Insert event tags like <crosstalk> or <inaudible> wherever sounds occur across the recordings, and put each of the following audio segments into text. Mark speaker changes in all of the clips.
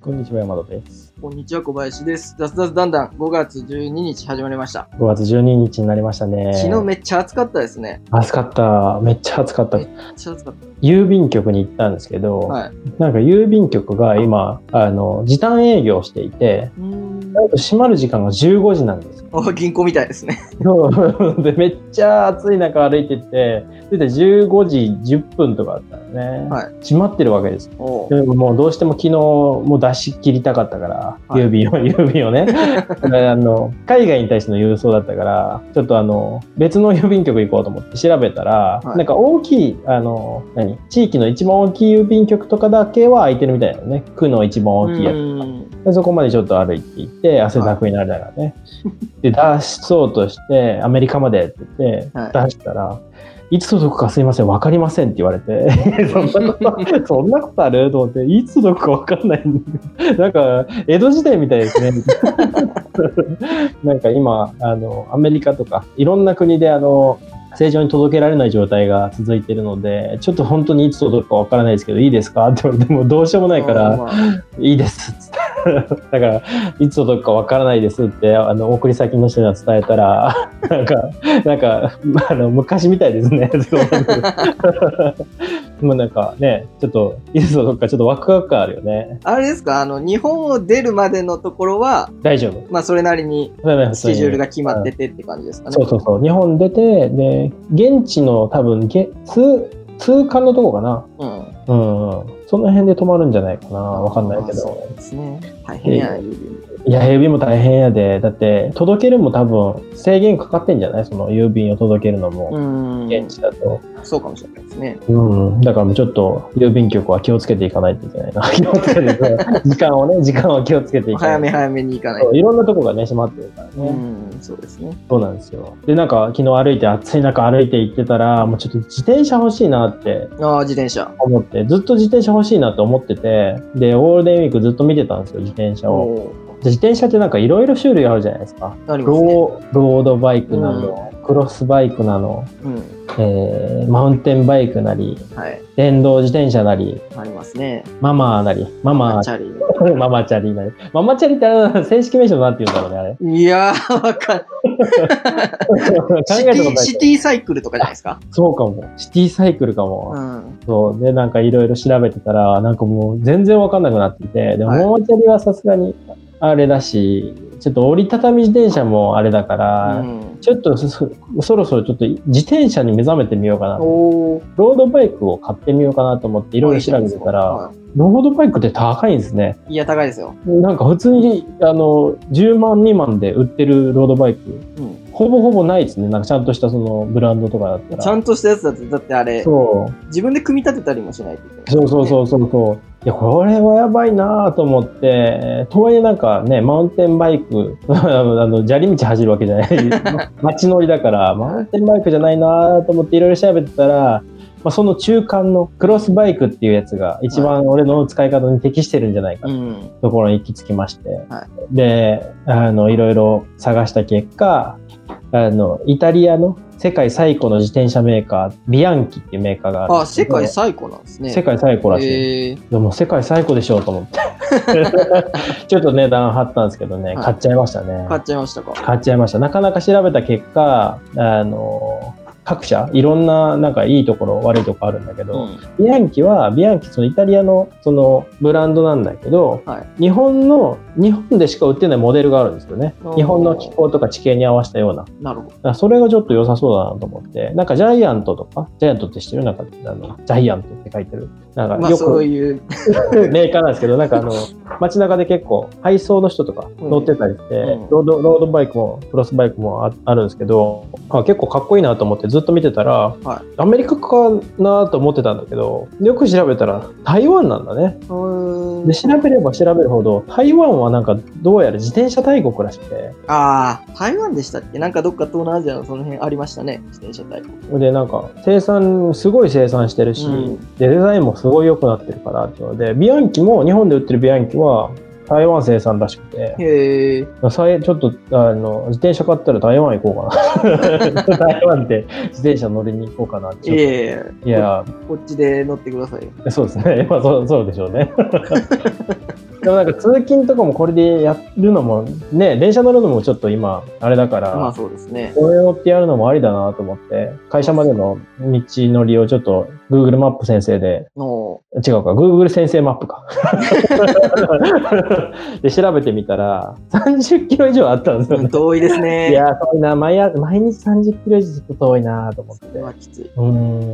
Speaker 1: こんにちは、山田です。
Speaker 2: こんにちは、小林です。雑談だんだん5月12日始まりました。
Speaker 1: 5月12日になりましたね。
Speaker 2: 昨日めっちゃ暑かったですね。
Speaker 1: 暑かった。めっちゃ暑かった
Speaker 2: め。めっちゃ暑かっ
Speaker 1: 郵便局に行ったんですけど、
Speaker 2: た。はい。
Speaker 1: なんか郵便局が今、あの、時短営業していて、
Speaker 2: うん。
Speaker 1: なんと閉まる時間が15時なんですよ。 <laughs>
Speaker 2: あ、銀行みたいですね。
Speaker 1: そうで、めっちゃ暑い中歩いてって、それで15時10分とかあったのね。
Speaker 2: はい
Speaker 1: 閉まってるわけです。
Speaker 2: おう
Speaker 1: でももうどうしても昨日もう出し切りたかったから、
Speaker 2: はい
Speaker 1: 郵便を、 <laughs> 郵便をね。だからあの、海外に対しての郵送だったから、ちょっとあの、別の郵便局行こうと思って調べたら、
Speaker 2: はい
Speaker 1: なんか大きい、あの、何地域の一番大きい郵便局とかだけは空いてるみたいなのね。区の一番大きいやつ。
Speaker 2: うん
Speaker 1: でそこまでちょっと歩いていって、汗だくになりながらね。で、出しそうとして、アメリカまでって言って、
Speaker 2: は
Speaker 1: 出したら、いつ届くかすいません、わかりませんって言われて、そんなこと、そんなことあると思って、いつ届くかわかんないんでなんか、江戸時代みたいですね。 <laughs> なんか今、あの、アメリカとか、いろんな国で、あの、正常に届けられない状態が続いてるので、ちょっと本当にいつ届くかわからないですけど、いいですかって言われても、どうしようもないから、
Speaker 2: まあまあ
Speaker 1: いいですっ <laughs> つってだからいつ届くかわからないですってあの送り先の人には伝えたら <laughs> なんかなんかまああの昔みたいですね <laughs> もうなんかねちょっといつ届くかちょっとワクワク感あるよね
Speaker 2: あれですかあの、日本を出るまでのところは、
Speaker 1: 大丈夫
Speaker 2: まあ、それなりに
Speaker 1: それはね普
Speaker 2: ス
Speaker 1: 通に
Speaker 2: ケジュールが決まっててって感じですかね。
Speaker 1: そうそうそう日本出てで現地の多分げ通通関のとこかな
Speaker 2: うん。
Speaker 1: うんうんその辺で止まるんじゃないかなわかんないけ
Speaker 2: まあそ
Speaker 1: ど
Speaker 2: うですね。大変や、郵便。
Speaker 1: いや、郵便も大変やで。だって、届けるも多分、制限かかってんじゃないその郵便を届けるのも、
Speaker 2: うん
Speaker 1: 現。地だと。
Speaker 2: そうかもしれないですね。
Speaker 1: うん。だからもうちょっと、郵便局は気をつけていかないといけないな。気をつけて、時間を
Speaker 2: <laughs>
Speaker 1: ね、時間を気をつけていかない
Speaker 2: 早め早めに行かない
Speaker 1: そ
Speaker 2: と。
Speaker 1: ういろんなとこがね、閉まってるからね。
Speaker 2: うん、そうですね。
Speaker 1: そうなんですよ。で、なんか、昨日歩いて、暑い中歩いて行ってたら、もうちょっと自転車欲しいなって
Speaker 2: ああ、自転車。
Speaker 1: 思って、ずっと自転車欲しいなって思ってて、で、ゴールデンウィークずっと見てたんですよ、自転車を。
Speaker 2: おう
Speaker 1: で自転車ってなんかいろいろ種類あるじゃないですか。
Speaker 2: ありますね。
Speaker 1: ローロードバイクなの、クロスバイクなの、
Speaker 2: うん。
Speaker 1: えーマウンテンバイクなり
Speaker 2: はい。
Speaker 1: 電動自転車なり
Speaker 2: ありますね。
Speaker 1: ママーなりママ
Speaker 2: チ
Speaker 1: ー
Speaker 2: ャリ。
Speaker 1: ママチャリなりママチャリってあれだな正式名称なんて言うんだろうねあれ
Speaker 2: いやー、わかん
Speaker 1: 考えたこと
Speaker 2: <laughs> シティ
Speaker 1: ない
Speaker 2: シティサイクルとかじゃないですか。
Speaker 1: そうかもシティサイクルかも、
Speaker 2: うん。
Speaker 1: そうでなんかいろいろ調べてたらなんかもう全然わかんなくなっていてでも
Speaker 2: はい
Speaker 1: ママチャリはさすがにあれだしちょっと折りたたみ自転車もあれだから、
Speaker 2: うん、
Speaker 1: ちょっとそそそろそろちょっと自転車に目覚めてみようかなと
Speaker 2: おー
Speaker 1: ロードバイクを買ってみようかなと思っていろいろ調べてたら、
Speaker 2: はい
Speaker 1: ロードバイクって高いんですね。
Speaker 2: いや、高いですよ。
Speaker 1: なんか普通に、あの、10万、2万で売ってるロードバイク、
Speaker 2: うん。
Speaker 1: ほぼほぼないですね。なんかちゃんとしたそのブランドとかだったら。
Speaker 2: ちゃんとしたやつだと、だってあれ、
Speaker 1: そう
Speaker 2: 自分で組み立てたりもしないといけない。
Speaker 1: そうそうそうそうそう。いや、これはやばいなと思って、とはいえなんかね、マウンテンバイク、 <laughs> あの、あの砂利道走るわけじゃない。 <laughs> 街乗りだから、マウンテンバイクじゃないなと思っていろいろ調べてたら、まあ、その中間のクロスバイクっていうやつが一番俺の使い方に適してるんじゃないか
Speaker 2: う
Speaker 1: と
Speaker 2: ん。
Speaker 1: ところに行き着きまして、
Speaker 2: は
Speaker 1: で、あの、いろいろ探した結果、あの、イタリアの世界最古の自転車メーカー、ビアンキっていうメーカーがあるん
Speaker 2: あ、
Speaker 1: ですけ
Speaker 2: 世
Speaker 1: ど
Speaker 2: 界最古なんですね。
Speaker 1: 世界最古らしい。
Speaker 2: えー
Speaker 1: でも世界最古でしょうと
Speaker 2: <laughs>
Speaker 1: 思って。ちょっと値段張ったんですけどね、
Speaker 2: はい
Speaker 1: 買っちゃいましたね。
Speaker 2: 買っちゃいましたか。
Speaker 1: 買っちゃいました。なかなか調べた結果、あの、各社、いろんな、なんかいいところ、悪いところあるんだけ
Speaker 2: う
Speaker 1: ど、
Speaker 2: ん。
Speaker 1: ビアンキは、ビアンキ、そのイタリアの、その、ブランドなんだけど、
Speaker 2: はい
Speaker 1: 日本の、日本でしか売ってないモデルがあるんですよね
Speaker 2: おー。
Speaker 1: 日本の気候とか地形に合わせたような。だか
Speaker 2: なるほど。
Speaker 1: らそれがちょっと良さそうだなと思って、なんかジャイアントとか、ジャイアントって知ってるなんか、あの、ジャイアントって書いてる。なんか、よく、
Speaker 2: まあ、そういう。
Speaker 1: <laughs> メーカーなんですけど、なんかあの、街中で結構、配送の人とか乗ってたりして、
Speaker 2: うん
Speaker 1: ロード、ロードバイクも、クロスバイクもああるんですけど、あ結構かっこいいなと思ってずっと見てたら、
Speaker 2: は
Speaker 1: アメリカかなと思ってたんだけど、よく調べたら、台湾なんだね。
Speaker 2: う
Speaker 1: で、調べれば調べるほど、台湾はなんか、どうやら自転車大国らしくて、
Speaker 2: ああ、台湾でしたっけなんかどっか東南アジアのその辺ありましたね。自転車大国。
Speaker 1: で、なんか、生産、すごい生産してるし、
Speaker 2: うん
Speaker 1: でデザインもすごい良くなってるからっていうので、ビアンキも、日本で売ってるビアンキは、台湾生産らしくて、
Speaker 2: へえ。
Speaker 1: さえちょっとあの自転車買ったら台湾行こ
Speaker 2: <laughs>
Speaker 1: うかな台湾で自転車乗りに行こうかなって
Speaker 2: いえいえ。
Speaker 1: いや
Speaker 2: こっちで乗ってくださいよ。
Speaker 1: <laughs> そうですね、まあ、そうそうでしょうね <laughs> でもなんか通勤とかもこれでやるのも、ね、電車乗るのもちょっと今、あれだから、
Speaker 2: まあそうですね。
Speaker 1: これ乗ってやるのもありだなと思って、会社までの道のりをちょっと Google マップ先生で、
Speaker 2: の、
Speaker 1: 違うか、Google 先生マップ
Speaker 2: <laughs>
Speaker 1: か。 <laughs> で、調べてみたら、30キロ以上あったんですよ、
Speaker 2: うん
Speaker 1: ね。
Speaker 2: 遠いです
Speaker 1: い
Speaker 2: ね。
Speaker 1: やー、遠いな。毎夜毎日30キロ以上ずっと遠いなと思って。
Speaker 2: これ
Speaker 1: う
Speaker 2: はきつい。
Speaker 1: ーん。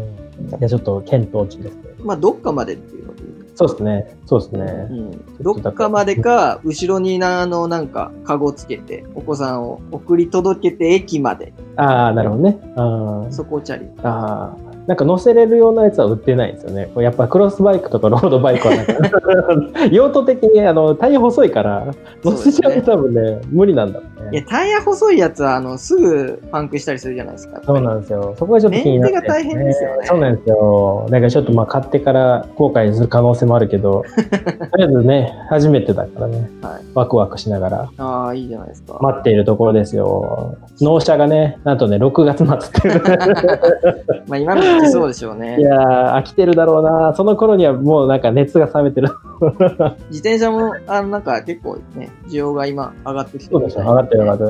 Speaker 1: いや、ちょっと検討中ですね。
Speaker 2: まあ、どっかまでっていうのでいい
Speaker 1: そうですね。そうですね。
Speaker 2: うん、どっかまでか、後ろになあの、なんか、カゴつけて、お子さんを送り届けて駅まで、
Speaker 1: ああ、なるほどね。あー
Speaker 2: そこをチャリ。
Speaker 1: あー。なんか乗せれるようなやつは売ってないですよね。これやっぱクロスバイクとかロードバイクはなん
Speaker 2: <laughs>
Speaker 1: か用途的にあのタイヤ細いから乗せちゃうと多分ね無理なんだろう
Speaker 2: い
Speaker 1: ね。
Speaker 2: や、タイヤ細いやつは、あの、すぐパンクしたりするじゃないですか。
Speaker 1: そうなんですよ。そこがちょっと気になって、
Speaker 2: メンテが大変ですよね
Speaker 1: そうなんですよ。だからちょっとまあ買ってから後悔する可能性もあるけ
Speaker 2: <laughs>
Speaker 1: ど、とりあえずね、初めてだからね、
Speaker 2: はい
Speaker 1: ワクワクしながら
Speaker 2: ああ、いいじゃないですか。
Speaker 1: 待っているところですよ。納車がね、なんとね、6月末
Speaker 2: <laughs>
Speaker 1: っていう。
Speaker 2: まあ、今の時期そうでしょうね
Speaker 1: い。やー、飽きてるだろうな。その頃にはもうなんか熱が冷めてる。
Speaker 2: 自転車も、あの、なんか、結構ね、需要が今、上がってきて
Speaker 1: そうでしょ、上がってる上がってる。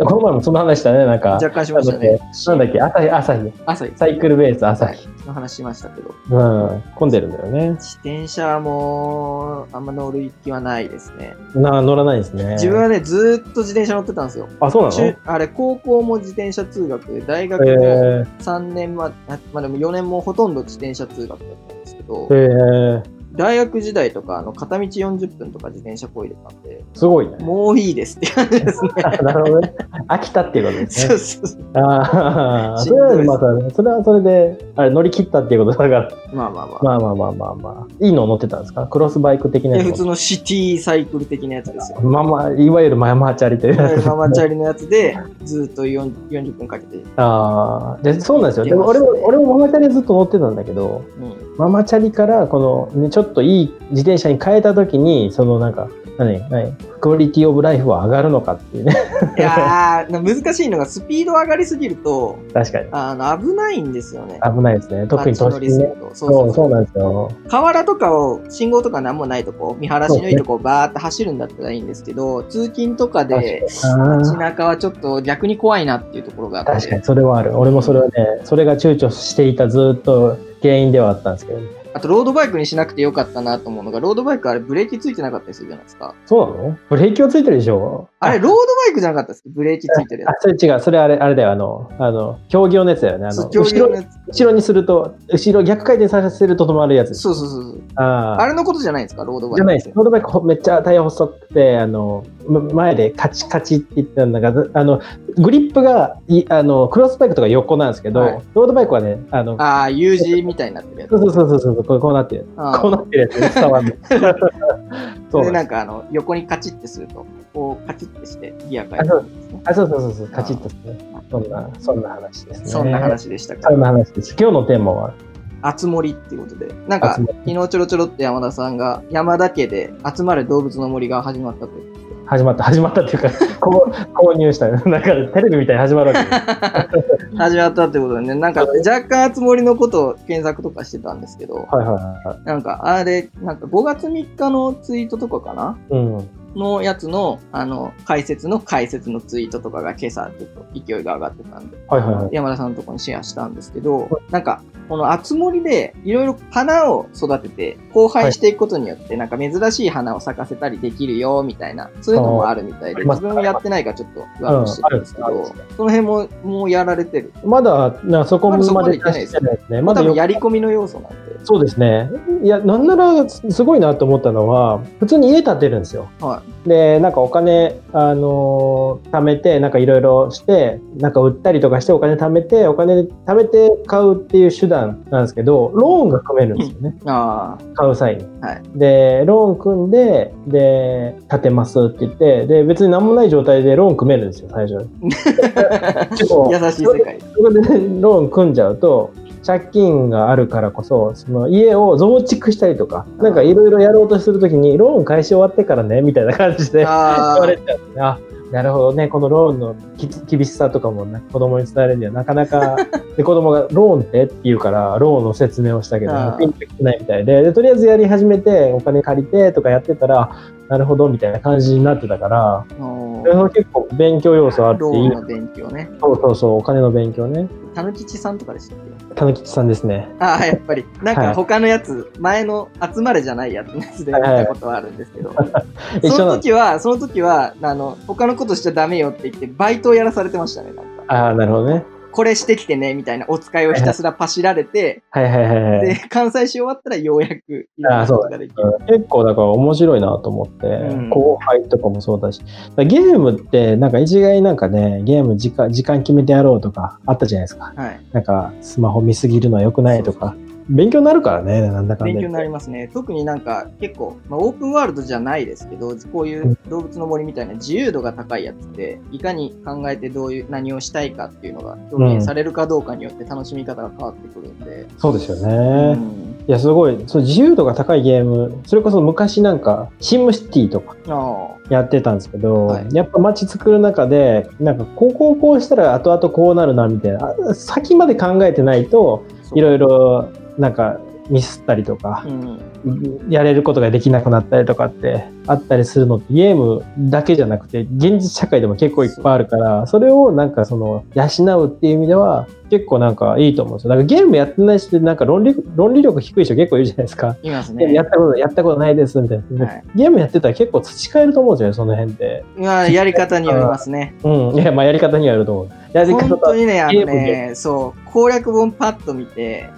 Speaker 2: うん
Speaker 1: この前もその話したね、なんか。
Speaker 2: 若干し
Speaker 1: な
Speaker 2: ま
Speaker 1: んだ
Speaker 2: した
Speaker 1: っけ
Speaker 2: ね。、
Speaker 1: なんだっけ朝日、朝日。
Speaker 2: 朝日、
Speaker 1: サイクルベース、朝日。
Speaker 2: の話しましたけど、
Speaker 1: うん、混んでるんだよね。
Speaker 2: 自転車も、あんま乗る気はないですね。
Speaker 1: な乗らないですね。
Speaker 2: 自分はね、ずーっと自転車乗ってたんですよ。
Speaker 1: あ、そうな
Speaker 2: 中
Speaker 1: の
Speaker 2: あれ、高校も自転車通学で、大学も
Speaker 1: えー、
Speaker 2: 3年ま、あまあ、でも4年もほとんど自転車通学だったんですけど
Speaker 1: え、ー、
Speaker 2: 大学時代とか、あの、片道40分とか自転車こいでたんで、
Speaker 1: すごいね。
Speaker 2: もういいですって感じ <laughs> ですね。
Speaker 1: あ <laughs> なるほどね。飽きたっていうことです
Speaker 2: そ
Speaker 1: ね
Speaker 2: う。そうそう
Speaker 1: ああ、
Speaker 2: し
Speaker 1: そ
Speaker 2: ん
Speaker 1: れ
Speaker 2: どい
Speaker 1: は
Speaker 2: で
Speaker 1: まあそ
Speaker 2: す
Speaker 1: れはそれで、あれ乗り切ったっていうことだから。 <laughs>
Speaker 2: まあまあまあ。
Speaker 1: まあまあまあまあまあ。いいの乗ってたんですかクロスバイク的な
Speaker 2: で
Speaker 1: やつ
Speaker 2: 普通のシティサイクル的なやつで
Speaker 1: <laughs>
Speaker 2: すよ。
Speaker 1: まあまあ、いわゆるマヤマーチャリというやつですね
Speaker 2: ママチャリのやつで、ずーっと4 40分かけて、う
Speaker 1: <laughs> ああ、でそうなんですよ。で
Speaker 2: 行け
Speaker 1: も
Speaker 2: ます
Speaker 1: 俺
Speaker 2: ね
Speaker 1: も、俺もママチャリずっと乗ってたんだけど、
Speaker 2: ん、
Speaker 1: ママチャリから、この、ね、ちょっといい自転車に変えたときに、そのなんか、何、何、クオリティオブライフは上がるのかっていうね。 <laughs>
Speaker 2: いやー、難しいのが、スピード上がりすぎると、
Speaker 1: 確かに。
Speaker 2: あの、危ないんですよね。
Speaker 1: 危ないですね。特に
Speaker 2: 街
Speaker 1: 都
Speaker 2: 乗り
Speaker 1: 心
Speaker 2: する
Speaker 1: ね。
Speaker 2: と。そう
Speaker 1: そ
Speaker 2: そう
Speaker 1: う、
Speaker 2: そ
Speaker 1: そううなんですよ。
Speaker 2: 河原とかを信号とか何もないとこ見晴らしのいいとこをバーって走るんだったらいいんですけど通勤とかで街
Speaker 1: あ
Speaker 2: 中はちょっと逆に怖いなっていうところがあ
Speaker 1: あ、
Speaker 2: って
Speaker 1: 確かに、それはある。俺もそれはね、それが躊躇していたずっと原因ではあったんですけど、
Speaker 2: あとロードバイクにしなくてよかったなと思うのがロードバイクあれブレーキついてなかったりするじゃないですか
Speaker 1: そうなのブレーキをついてるでしょ
Speaker 2: あれロードバイクじゃなかったですかブレーキついてるや
Speaker 1: あ、それ違う。それあれ、あれだよ。あの、あの、競技用のやつだよね。あ
Speaker 2: つ
Speaker 1: の、
Speaker 2: そう競技
Speaker 1: 後
Speaker 2: 用
Speaker 1: ろ
Speaker 2: のや
Speaker 1: 後ろにすると、後ろ逆回転させると止まるやつ
Speaker 2: つ。そうそうそうそう
Speaker 1: あ
Speaker 2: あ
Speaker 1: あ
Speaker 2: れのことじゃないんですかロードバイク
Speaker 1: じゃないです。ロードバイクほめっちゃタイヤ細くて、あの、む前でカチカチって言ってたんだが、あの、グリップが、いあの、クロスバイクとか横なんですけど、
Speaker 2: はい
Speaker 1: ロードバイクはね、あの、
Speaker 2: ああ U 字みたいになってるやつ
Speaker 1: そうそうそうそうそう、こうこうなってる。
Speaker 2: あ
Speaker 1: こうなってるやつ、伝わん
Speaker 2: <laughs>
Speaker 1: ない。そ
Speaker 2: ーで
Speaker 1: うな
Speaker 2: な
Speaker 1: んです
Speaker 2: んかあの横にカチッてするとこうカチッてしてギア変え
Speaker 1: あ
Speaker 2: る
Speaker 1: そうあ、そうそうそうそう、カチッとする。そんな、そんな話ですね。
Speaker 2: そんな。話でしたか
Speaker 1: そんな話です。今日のテーマは、
Speaker 2: あつ森っていうことで、なんか、
Speaker 1: 集ま
Speaker 2: 昨日ちょろちょろって山田さんが、山田家で集まる動物の森が始まったという。
Speaker 1: 始まった、 <laughs> 始まったっていうか、こう購入した。なんかテレビみたいに始ま
Speaker 2: <laughs>
Speaker 1: るわけです。
Speaker 2: 始まったってことでね、なんか、若干あつ森のことを検索とかしてたんですけど、
Speaker 1: はいはいはいはい。
Speaker 2: なんか、あれ、なんか5月3日のツイートとかかな
Speaker 1: うん。
Speaker 2: のやつの、あの、解説の解説のツイートとかが今朝、ちょっと勢いが上がってたんで、
Speaker 1: はいはいはい。
Speaker 2: 山田さんのとこにシェアしたんですけど、なんか、このあつ森で、いろいろ花を育てて、交配していくことによって、なんか珍しい花を咲かせたりできるよ、みたいな、そういうのもあるみたい
Speaker 1: あ
Speaker 2: で、
Speaker 1: りま
Speaker 2: 自
Speaker 1: す
Speaker 2: 分もやってないからちょっと、不安してたんですけ
Speaker 1: うんあるん
Speaker 2: ど
Speaker 1: ですね、
Speaker 2: その辺も、もうやられてる。
Speaker 1: まだ、なそこ
Speaker 2: まだそこ
Speaker 1: ま
Speaker 2: まで
Speaker 1: で
Speaker 2: 行ってないです
Speaker 1: 達してないですね。
Speaker 2: ま
Speaker 1: ま
Speaker 2: あ、
Speaker 1: だ
Speaker 2: 多
Speaker 1: よ
Speaker 2: 分やり込みの要素なんで、
Speaker 1: そうですね。いや、なんならすすごいなと思ったのは、普通に家建てるんですよ。
Speaker 2: は
Speaker 1: で、なんかお金、あのー貯めて、なんかいろいろして、なんか売ったりとかしてお金貯めて、お金貯めて買うっていう手段なんですけど、ローンが組めるんですよね。
Speaker 2: い。
Speaker 1: <laughs>
Speaker 2: あ
Speaker 1: 買う際に。
Speaker 2: はい
Speaker 1: で、ローン組んで、で、建てますって言って、で、別に何もない状態でローン組めるんですよ、最
Speaker 2: <laughs>
Speaker 1: 初。
Speaker 2: あ、優しい世
Speaker 1: <laughs>
Speaker 2: 界。
Speaker 1: そこでローン組んじゃうと借金があるからこそその家を増築したりとかなんかいろいろやろうとするときにローン返し終わってからねみたいな感じで言
Speaker 2: あ
Speaker 1: われ
Speaker 2: ー
Speaker 1: ちゃうねあなるほどね。このローンのき厳しさとかもね、子供に伝えるにはなかなか、
Speaker 2: <laughs>
Speaker 1: で、子供がローンってって言うから、ローンの説明をしたけど
Speaker 2: ああ、
Speaker 1: ピンときてないみたいで、で、とりあえずやり始めて、お金借りてとかやってたら、なるほどみたいな感じになってたから、
Speaker 2: お
Speaker 1: それ
Speaker 2: ー
Speaker 1: は結構勉強要素あって
Speaker 2: ロ
Speaker 1: い
Speaker 2: ー
Speaker 1: い
Speaker 2: ン。の勉強ね。
Speaker 1: そうそうそう、お金の勉強ね。
Speaker 2: たぬきちさんとかでしたっけ
Speaker 1: たぬきちさんですね。
Speaker 2: ああ、やっぱり。なん
Speaker 1: は
Speaker 2: か
Speaker 1: い
Speaker 2: 他のやつ、前の集まれじゃないやつのやつで見たことはあるんですけど。
Speaker 1: <laughs> 一
Speaker 2: そ
Speaker 1: 緒
Speaker 2: の
Speaker 1: なの。
Speaker 2: 時は、その時は、あの、他のことしちゃダメよって言って、バイトをやらされてましたね、なんか。
Speaker 1: ああ、なるほどね。
Speaker 2: これしてきてね、みたいなお使いをひたすらパシられて、
Speaker 1: はいはいはいは
Speaker 2: で
Speaker 1: い。、
Speaker 2: 完済し終わったらようやく、いろんなことができる。
Speaker 1: 結構だから面白いなと思って、
Speaker 2: うん
Speaker 1: 後輩とかもそうだし、だからゲームってなんか一概になんかね、ゲーム時間時間決めてやろうとかあったじゃないですか。
Speaker 2: はい。
Speaker 1: なんかスマホ見すぎるのは良くないとか、勉強になるからね、なんだかんだ
Speaker 2: 勉
Speaker 1: 言って。
Speaker 2: 強になりますね。特になんか結構、まあ、オープンワールドじゃないですけど、こういう動物の森みたいな自由度が高いやつって、いかに考えてどういう、何をしたいかっていうのが表現されるかどうかによって楽しみ方が変わってくるんで。
Speaker 1: そうですよね。
Speaker 2: うん。
Speaker 1: いや、すごい、そう自由度が高いゲーム、それこそ昔なんか、シムシティとか、
Speaker 2: ああ。
Speaker 1: やってたんですけど、
Speaker 2: はい
Speaker 1: やっぱ街作る中でなんかこうこうこうしたら後々こうなるなみたいなあ先まで考えてないといろ
Speaker 2: い
Speaker 1: いろなんかミスったりとか
Speaker 2: ろ。う、ん。
Speaker 1: やれることができなくなったりとかってあったりするのってゲームだけじゃなくて現実社会でも結構いっぱいあるからそれをなんかその養うっていう意味では結構なんかいいと思うんですよ。だからゲームやってない人でなんか論理論理力低い人結構いるじゃないですか。
Speaker 2: いますね。
Speaker 1: やったことやったことないですみたいな、
Speaker 2: はい
Speaker 1: ゲームやってたら結構培えると思うんですよねその辺で
Speaker 2: まあ、やり方によりますね。
Speaker 1: うんいやまあやり方にはよると思うやり方
Speaker 2: 本当
Speaker 1: と
Speaker 2: にね、あ
Speaker 1: ゲ
Speaker 2: の
Speaker 1: ーム
Speaker 2: ね、そう、攻略本パッと見て、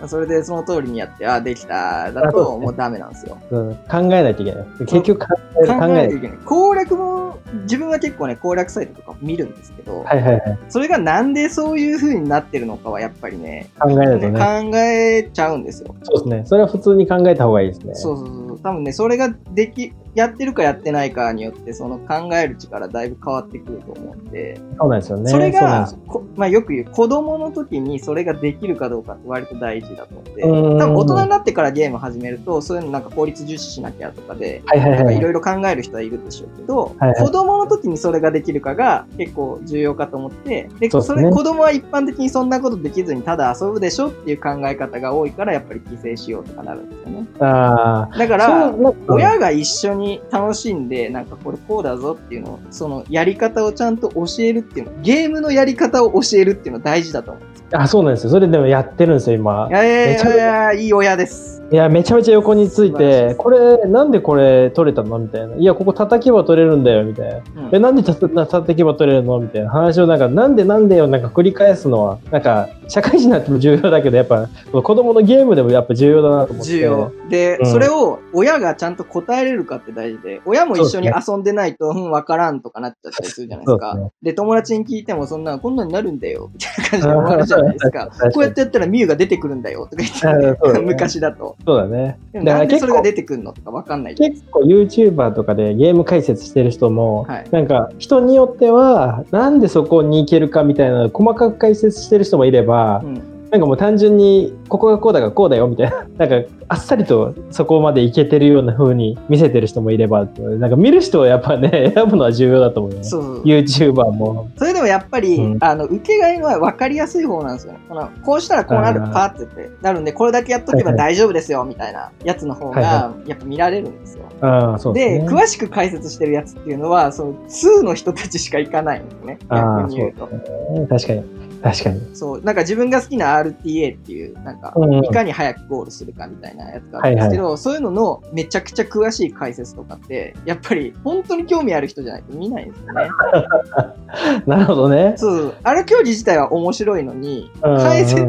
Speaker 1: あ
Speaker 2: それでその通りにやって、あ、できた、
Speaker 1: あそ
Speaker 2: だ
Speaker 1: うです
Speaker 2: と
Speaker 1: ね
Speaker 2: もうダメなんですよ。
Speaker 1: ー、うん、考えないといけない結局考える
Speaker 2: 考
Speaker 1: 考
Speaker 2: え
Speaker 1: え
Speaker 2: ない
Speaker 1: る
Speaker 2: といけない。攻略本、自分は結構ね、攻略サイトとか見るんですけど、
Speaker 1: はいはいはい
Speaker 2: それがなんでそういう風になってるのかはやっぱりね、
Speaker 1: 考えないとね
Speaker 2: 考えちゃうんですよ。
Speaker 1: そうですねそれは普通に考えた方がいいですね
Speaker 2: そうそうそう。多分ね、それができ、やってるかやってないかによって、その考える力だいぶ変わってくると思うんで、
Speaker 1: そうなんですよね
Speaker 2: それ
Speaker 1: うなん
Speaker 2: が
Speaker 1: ですよ
Speaker 2: こまあ、よく言う子供の時にそれができるかどうかって割と大事だと思って多
Speaker 1: うん
Speaker 2: 分大人になってからゲーム始めるとそういうのなんか効率重視しなきゃとかで。
Speaker 1: はいは
Speaker 2: ないん
Speaker 1: は
Speaker 2: か
Speaker 1: い
Speaker 2: いろいろ考える人はいるでしょうけど、
Speaker 1: はいはい
Speaker 2: 子供の時にそれができるかが結構重要かと思って、で、
Speaker 1: そうで
Speaker 2: そ
Speaker 1: すね
Speaker 2: れ子供は一般的にそんなことできずにただ遊ぶでしょっていう考え方が多いからやっぱり規制しようとかなるんですよね。
Speaker 1: あ
Speaker 2: だか
Speaker 1: あ
Speaker 2: ら、
Speaker 1: そうなんか
Speaker 2: 親が一緒に楽しんで、なんかこれこうだぞっていうのを、そのやり方をちゃんと教えるっていうの、ゲームのやり方を教えるっていうの大事だと思う。
Speaker 1: あそうなんですよそれでもやってるんですよ今
Speaker 2: いやいやい
Speaker 1: めちゃ
Speaker 2: や
Speaker 1: め
Speaker 2: い
Speaker 1: ち
Speaker 2: や、いい親です。
Speaker 1: いやめちゃめちゃ横につい
Speaker 2: 素晴らし
Speaker 1: て
Speaker 2: い
Speaker 1: これなんでこれ取れたのみたいないやここ叩けば取れるんだよみたいな
Speaker 2: うん
Speaker 1: えなんでたた叩けば取れるのみたいな話をなんかなんでなんでよなんか繰り返すのはなんか社会人になっても重要だけどやっぱ子供のゲームでもやっぱ重要だなと思って
Speaker 2: 重要。で、
Speaker 1: うん
Speaker 2: それを親がちゃんと答えれるかって大事で、親も一緒に遊んでないと、 <laughs> うん、わからんとかなっちゃったりするじゃないですか。
Speaker 1: そうです
Speaker 2: で、友達に聞いても、そんな、こんなになるんだよ、みたいな感
Speaker 1: <laughs>
Speaker 2: じで終わるじゃないですか。
Speaker 1: 確
Speaker 2: こう
Speaker 1: か
Speaker 2: やっ
Speaker 1: に
Speaker 2: てやったらミュウが出てくるんだよ、とか言って、
Speaker 1: あ <laughs> そうだね
Speaker 2: <laughs> 昔だと。
Speaker 1: そうだね
Speaker 2: でも
Speaker 1: だか
Speaker 2: な
Speaker 1: ら
Speaker 2: んで
Speaker 1: 結
Speaker 2: それが
Speaker 1: 構
Speaker 2: 出てくるのとかわかんないじゃないですか
Speaker 1: 結構 YouTuber とかでゲーム解説してる人も、
Speaker 2: はい
Speaker 1: なんか人によってはなんでそこに行けるかみたいなのを細かく解説してる人もいれば、
Speaker 2: うん
Speaker 1: なんかもう単純にここがこうだからこうだよみたいな <laughs> なんかあっさりとそこまでいけてるような風に見せてる人もいればっていうなんか見る人はやっぱね <laughs> 選ぶのは重要だと思うよね
Speaker 2: そうそう。
Speaker 1: YouTuber も
Speaker 2: それでもやっぱり、
Speaker 1: うん
Speaker 2: あの、受けがいは分かりやすい方なんですよね。この、こうしたらこうなる、
Speaker 1: あー
Speaker 2: パーってって、なるんで、これだけやっとけば
Speaker 1: はいは
Speaker 2: 大丈夫ですよ、みたいなやつの方
Speaker 1: は
Speaker 2: が、やっぱ見られるんですよ。
Speaker 1: ああそう
Speaker 2: で
Speaker 1: です、ね
Speaker 2: 詳しく解説してるやつっていうのは、その、通の人たちしか行かないんですね。
Speaker 1: あー
Speaker 2: 逆に言うと。
Speaker 1: うん確かに確かに
Speaker 2: そう、なんか自分が好きな RTA っていう、なんか、
Speaker 1: うんうん
Speaker 2: いかに早くゴールするかみたいなやつがあるんですけど、そういうののめちゃくちゃ詳しい解説とかって、やっぱり本当に興味ある人じゃないと見ないんですよね。
Speaker 1: なるほどね
Speaker 2: そう、あの競技自体は面白いのに、
Speaker 1: うん
Speaker 2: 解説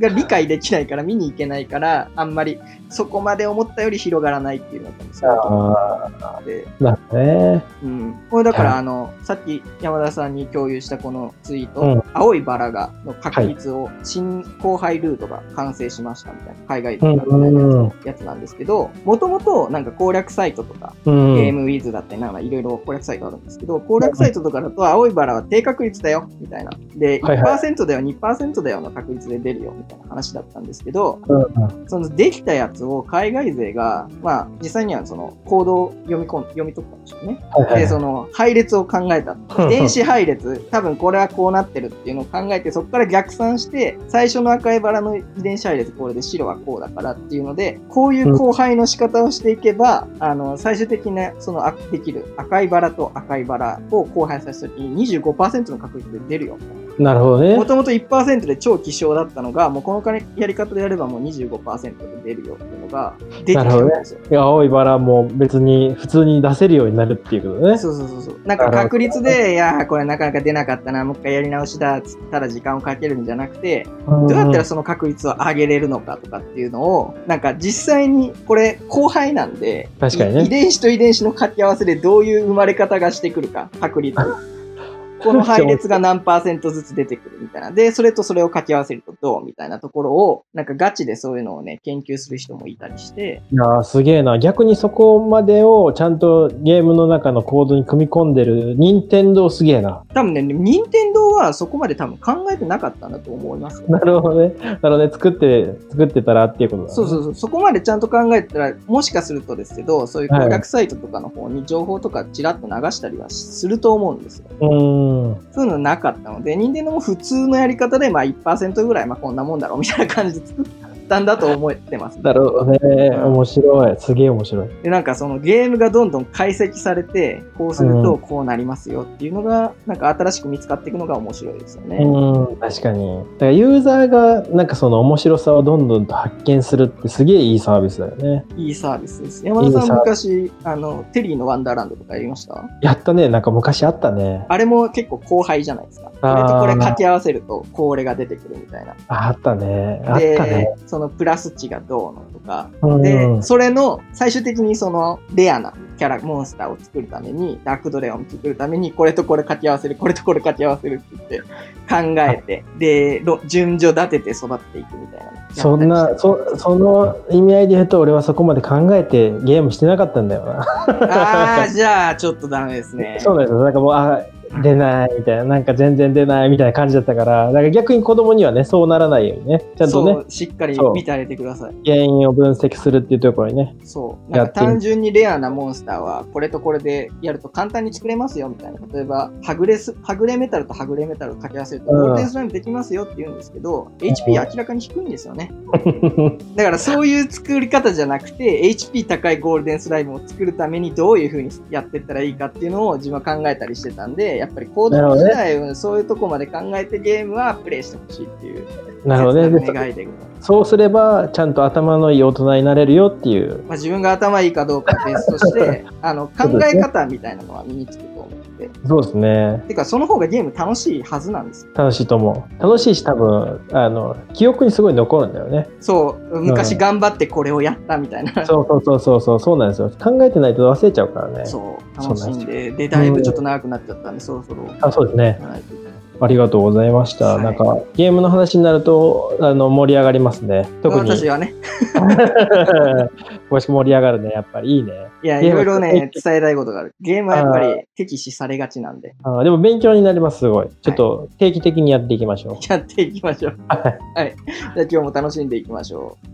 Speaker 2: が理解できないから見に行けないから、あんまりそこまで思ったより広がらないっていうのがそうだと思
Speaker 1: あ
Speaker 2: って、
Speaker 1: あなるほどね
Speaker 2: うん。これだから、
Speaker 1: はい
Speaker 2: あの、さっき山田さんに共有したこのツイート、
Speaker 1: うん
Speaker 2: 青いバラが、の確率をシ新後輩ルートが完成しましたみたいな、海外
Speaker 1: う
Speaker 2: で
Speaker 1: ん
Speaker 2: や
Speaker 1: うんうん
Speaker 2: つやつなんですけど、もともとなんか攻略サイトとか、
Speaker 1: う
Speaker 2: ゲー
Speaker 1: ん。
Speaker 2: ムウィズだったりなんかいろいろ攻略サイトあるんですけど、攻略サイトとかだと青いバラは低確率だよ、みたいな。で、
Speaker 1: はいは
Speaker 2: 1%だよ、2%だよの確率で出るよ、みたいな話だったんですけど、
Speaker 1: うん
Speaker 2: そのできたやつを海外勢が、まあ実際にはそのコードを読み込ん、読み取ったんでしょうね。
Speaker 1: はい
Speaker 2: で、
Speaker 1: は
Speaker 2: その配列を考えた。
Speaker 1: い。
Speaker 2: 電子配列、多分これはこうなってるっていうのを考えて、そこから逆算して、最初の赤いバラの遺伝子配列、これで白はこうだからっていうので、こういう交配の仕方をしていけば、あの、最終的な、その、あできる赤いバラと赤いバラを交配させた時に25%の確率で出るよ。
Speaker 1: なるほど
Speaker 2: も
Speaker 1: ね。
Speaker 2: ともと1%で超希少だったのが、もうこのやり方でやればもう25%で出るよっていうのが出てきたんですよ。
Speaker 1: いや青いバラも別に普通に出せるようになるっていうことね。
Speaker 2: そうそうそうそう。なんか確率で、いやー、これなかなか出なかったな、もう一回やり直しだ、つったら時間をかけるんじゃなくて、どうやったらその確率を上げれるのかとかっていうのを、なんか実際に、これ後輩なんで、
Speaker 1: 確かにね
Speaker 2: い遺伝子と遺伝子の掛け合わせでどういう生まれ方がしてくるか、確
Speaker 1: <laughs>
Speaker 2: 率。この配列が何パーセントずつ出てくるみたいな。で、それとそれを掛け合わせるとどうみたいなところを、なんかガチでそういうのをね、研究する人もいたりして、
Speaker 1: いやーすげえな逆にそこまでをちゃんとゲームの中のコードに組み込んでる任天堂すげえな
Speaker 2: 多分ね、任天堂はそこまで多分考えてなかったんだと思いますよ。
Speaker 1: なるほどねなので作って作ってたらっていうことだ、ね、
Speaker 2: そうそうそう、そこまでちゃんと考えたら、もしかするとですけど、そういう攻略サイトとかの方に情報とかちらっと流したりはすると思うんですよ。
Speaker 1: うーん
Speaker 2: そういうのなかったので、任天堂も普通のやり方で、まあ1%ぐらい、まあこんなもんだろうみたいな感じで作ったんだと思ってます。
Speaker 1: なるほどね
Speaker 2: ん
Speaker 1: 面白いすげえ面白い
Speaker 2: で、なんかそのゲームがどんどん解析されて、こうするとこうなりますよっていうのが、なんか新しく見つかっていくのが面白いですよね。
Speaker 1: うん確かにだからユーザーがなんかその面白さをどんどんと発見するってすげえいいサービスだよね
Speaker 2: いいサービスです。山田
Speaker 1: いい
Speaker 2: さ
Speaker 1: サ
Speaker 2: ん
Speaker 1: ー
Speaker 2: 昔、あの、テリーのワンダーランドとかやりました
Speaker 1: やったねなんか昔あったね
Speaker 2: あれも結構後輩じゃないですか。こ
Speaker 1: あー
Speaker 2: れとこれ掛け合わせると、これが出てくるみたいな。
Speaker 1: ああったねあった
Speaker 2: で、
Speaker 1: ね
Speaker 2: そのプラス値がどうのとか。
Speaker 1: うん
Speaker 2: で、それの最終的にそのレアなキャラ、モンスターを作るために、ダークドレオンを作るために、これとこれ掛け合わせる、これとこれ掛け合わせるって言って、考えて、で、ろ順序立てて育っていくみたいな。
Speaker 1: そん
Speaker 2: やった
Speaker 1: な
Speaker 2: りして
Speaker 1: そその意味合いで言うと俺はそこまで考えてゲームしてなかったんだよな
Speaker 2: ああ、じゃあちょっとダメですね。
Speaker 1: <laughs> そうなんですよ。なんかもう、あ、出ないみたいな、なんか全然出ないみたいな感じだったから、だから逆に子供にはね、そうならないようにね、ちゃんと
Speaker 2: そ
Speaker 1: ね
Speaker 2: う、しっかり見てあげてください。
Speaker 1: 原因を分析するっていうところに
Speaker 2: <laughs>
Speaker 1: ね、
Speaker 2: そう。な
Speaker 1: や
Speaker 2: んか
Speaker 1: ってみ
Speaker 2: 単純にレアなモンスターは、これとこれでやると簡単に作れますよ、みたいな。例えば、はぐれす、はぐれメタルとはぐれメタルを掛け合わせると、
Speaker 1: うん
Speaker 2: ゴールデンスライムできますよって言うんですけど、HP 明らかに低いんですよね。だからそういう作り方じゃなくて、HP 高いゴールデンスライムを作るためにどういう風にやってったらいいかっていうのを自分は考えたりしてたんで、やっぱりコード自体をそういうとこまで考えてゲームはプレイしてほしいっていう、
Speaker 1: なるほどね。
Speaker 2: 切な
Speaker 1: で
Speaker 2: 願いでございます。
Speaker 1: そうすれば、ちゃんと頭のいい大人になれるよっていう。
Speaker 2: まあ、自分が頭いいかどうかは別
Speaker 1: <laughs>
Speaker 2: として、あの、考え方みたいなのは身につくと思って。
Speaker 1: そうですね。
Speaker 2: てか、その方がゲーム楽しいはずなんですよ。
Speaker 1: 楽しいと思う。楽しいし、多分、あの、記憶にすごい残るんだよね。
Speaker 2: そう、昔
Speaker 1: うん
Speaker 2: 頑張ってこれをやったみたいな。
Speaker 1: そうそうそうそうそう、そうなんですよ。考えてないと忘れちゃうからね。
Speaker 2: そう、
Speaker 1: そう
Speaker 2: 楽
Speaker 1: な
Speaker 2: し
Speaker 1: んです
Speaker 2: んで。で、だいぶちょっと長くなっちゃったんで、そろそろ。
Speaker 1: あ、そうですね。
Speaker 2: はい
Speaker 1: ありがとうございました。
Speaker 2: はい
Speaker 1: なんか、ゲームの話になると、あの、盛り上がりますね。特に。
Speaker 2: 私はね、
Speaker 1: <laughs> もしくは盛り上がるね、やっぱりいいね。
Speaker 2: いや、い
Speaker 1: ゲーム
Speaker 2: ろいろね、伝えたいことがある。ゲームはやっぱり敵視されがちなんで、
Speaker 1: あーでも勉強になります、すごい。ちょっと定期的にやっていきましょう。
Speaker 2: やっていきましょう。
Speaker 1: はい
Speaker 2: はい。じゃあ今日も楽しんでいきましょう。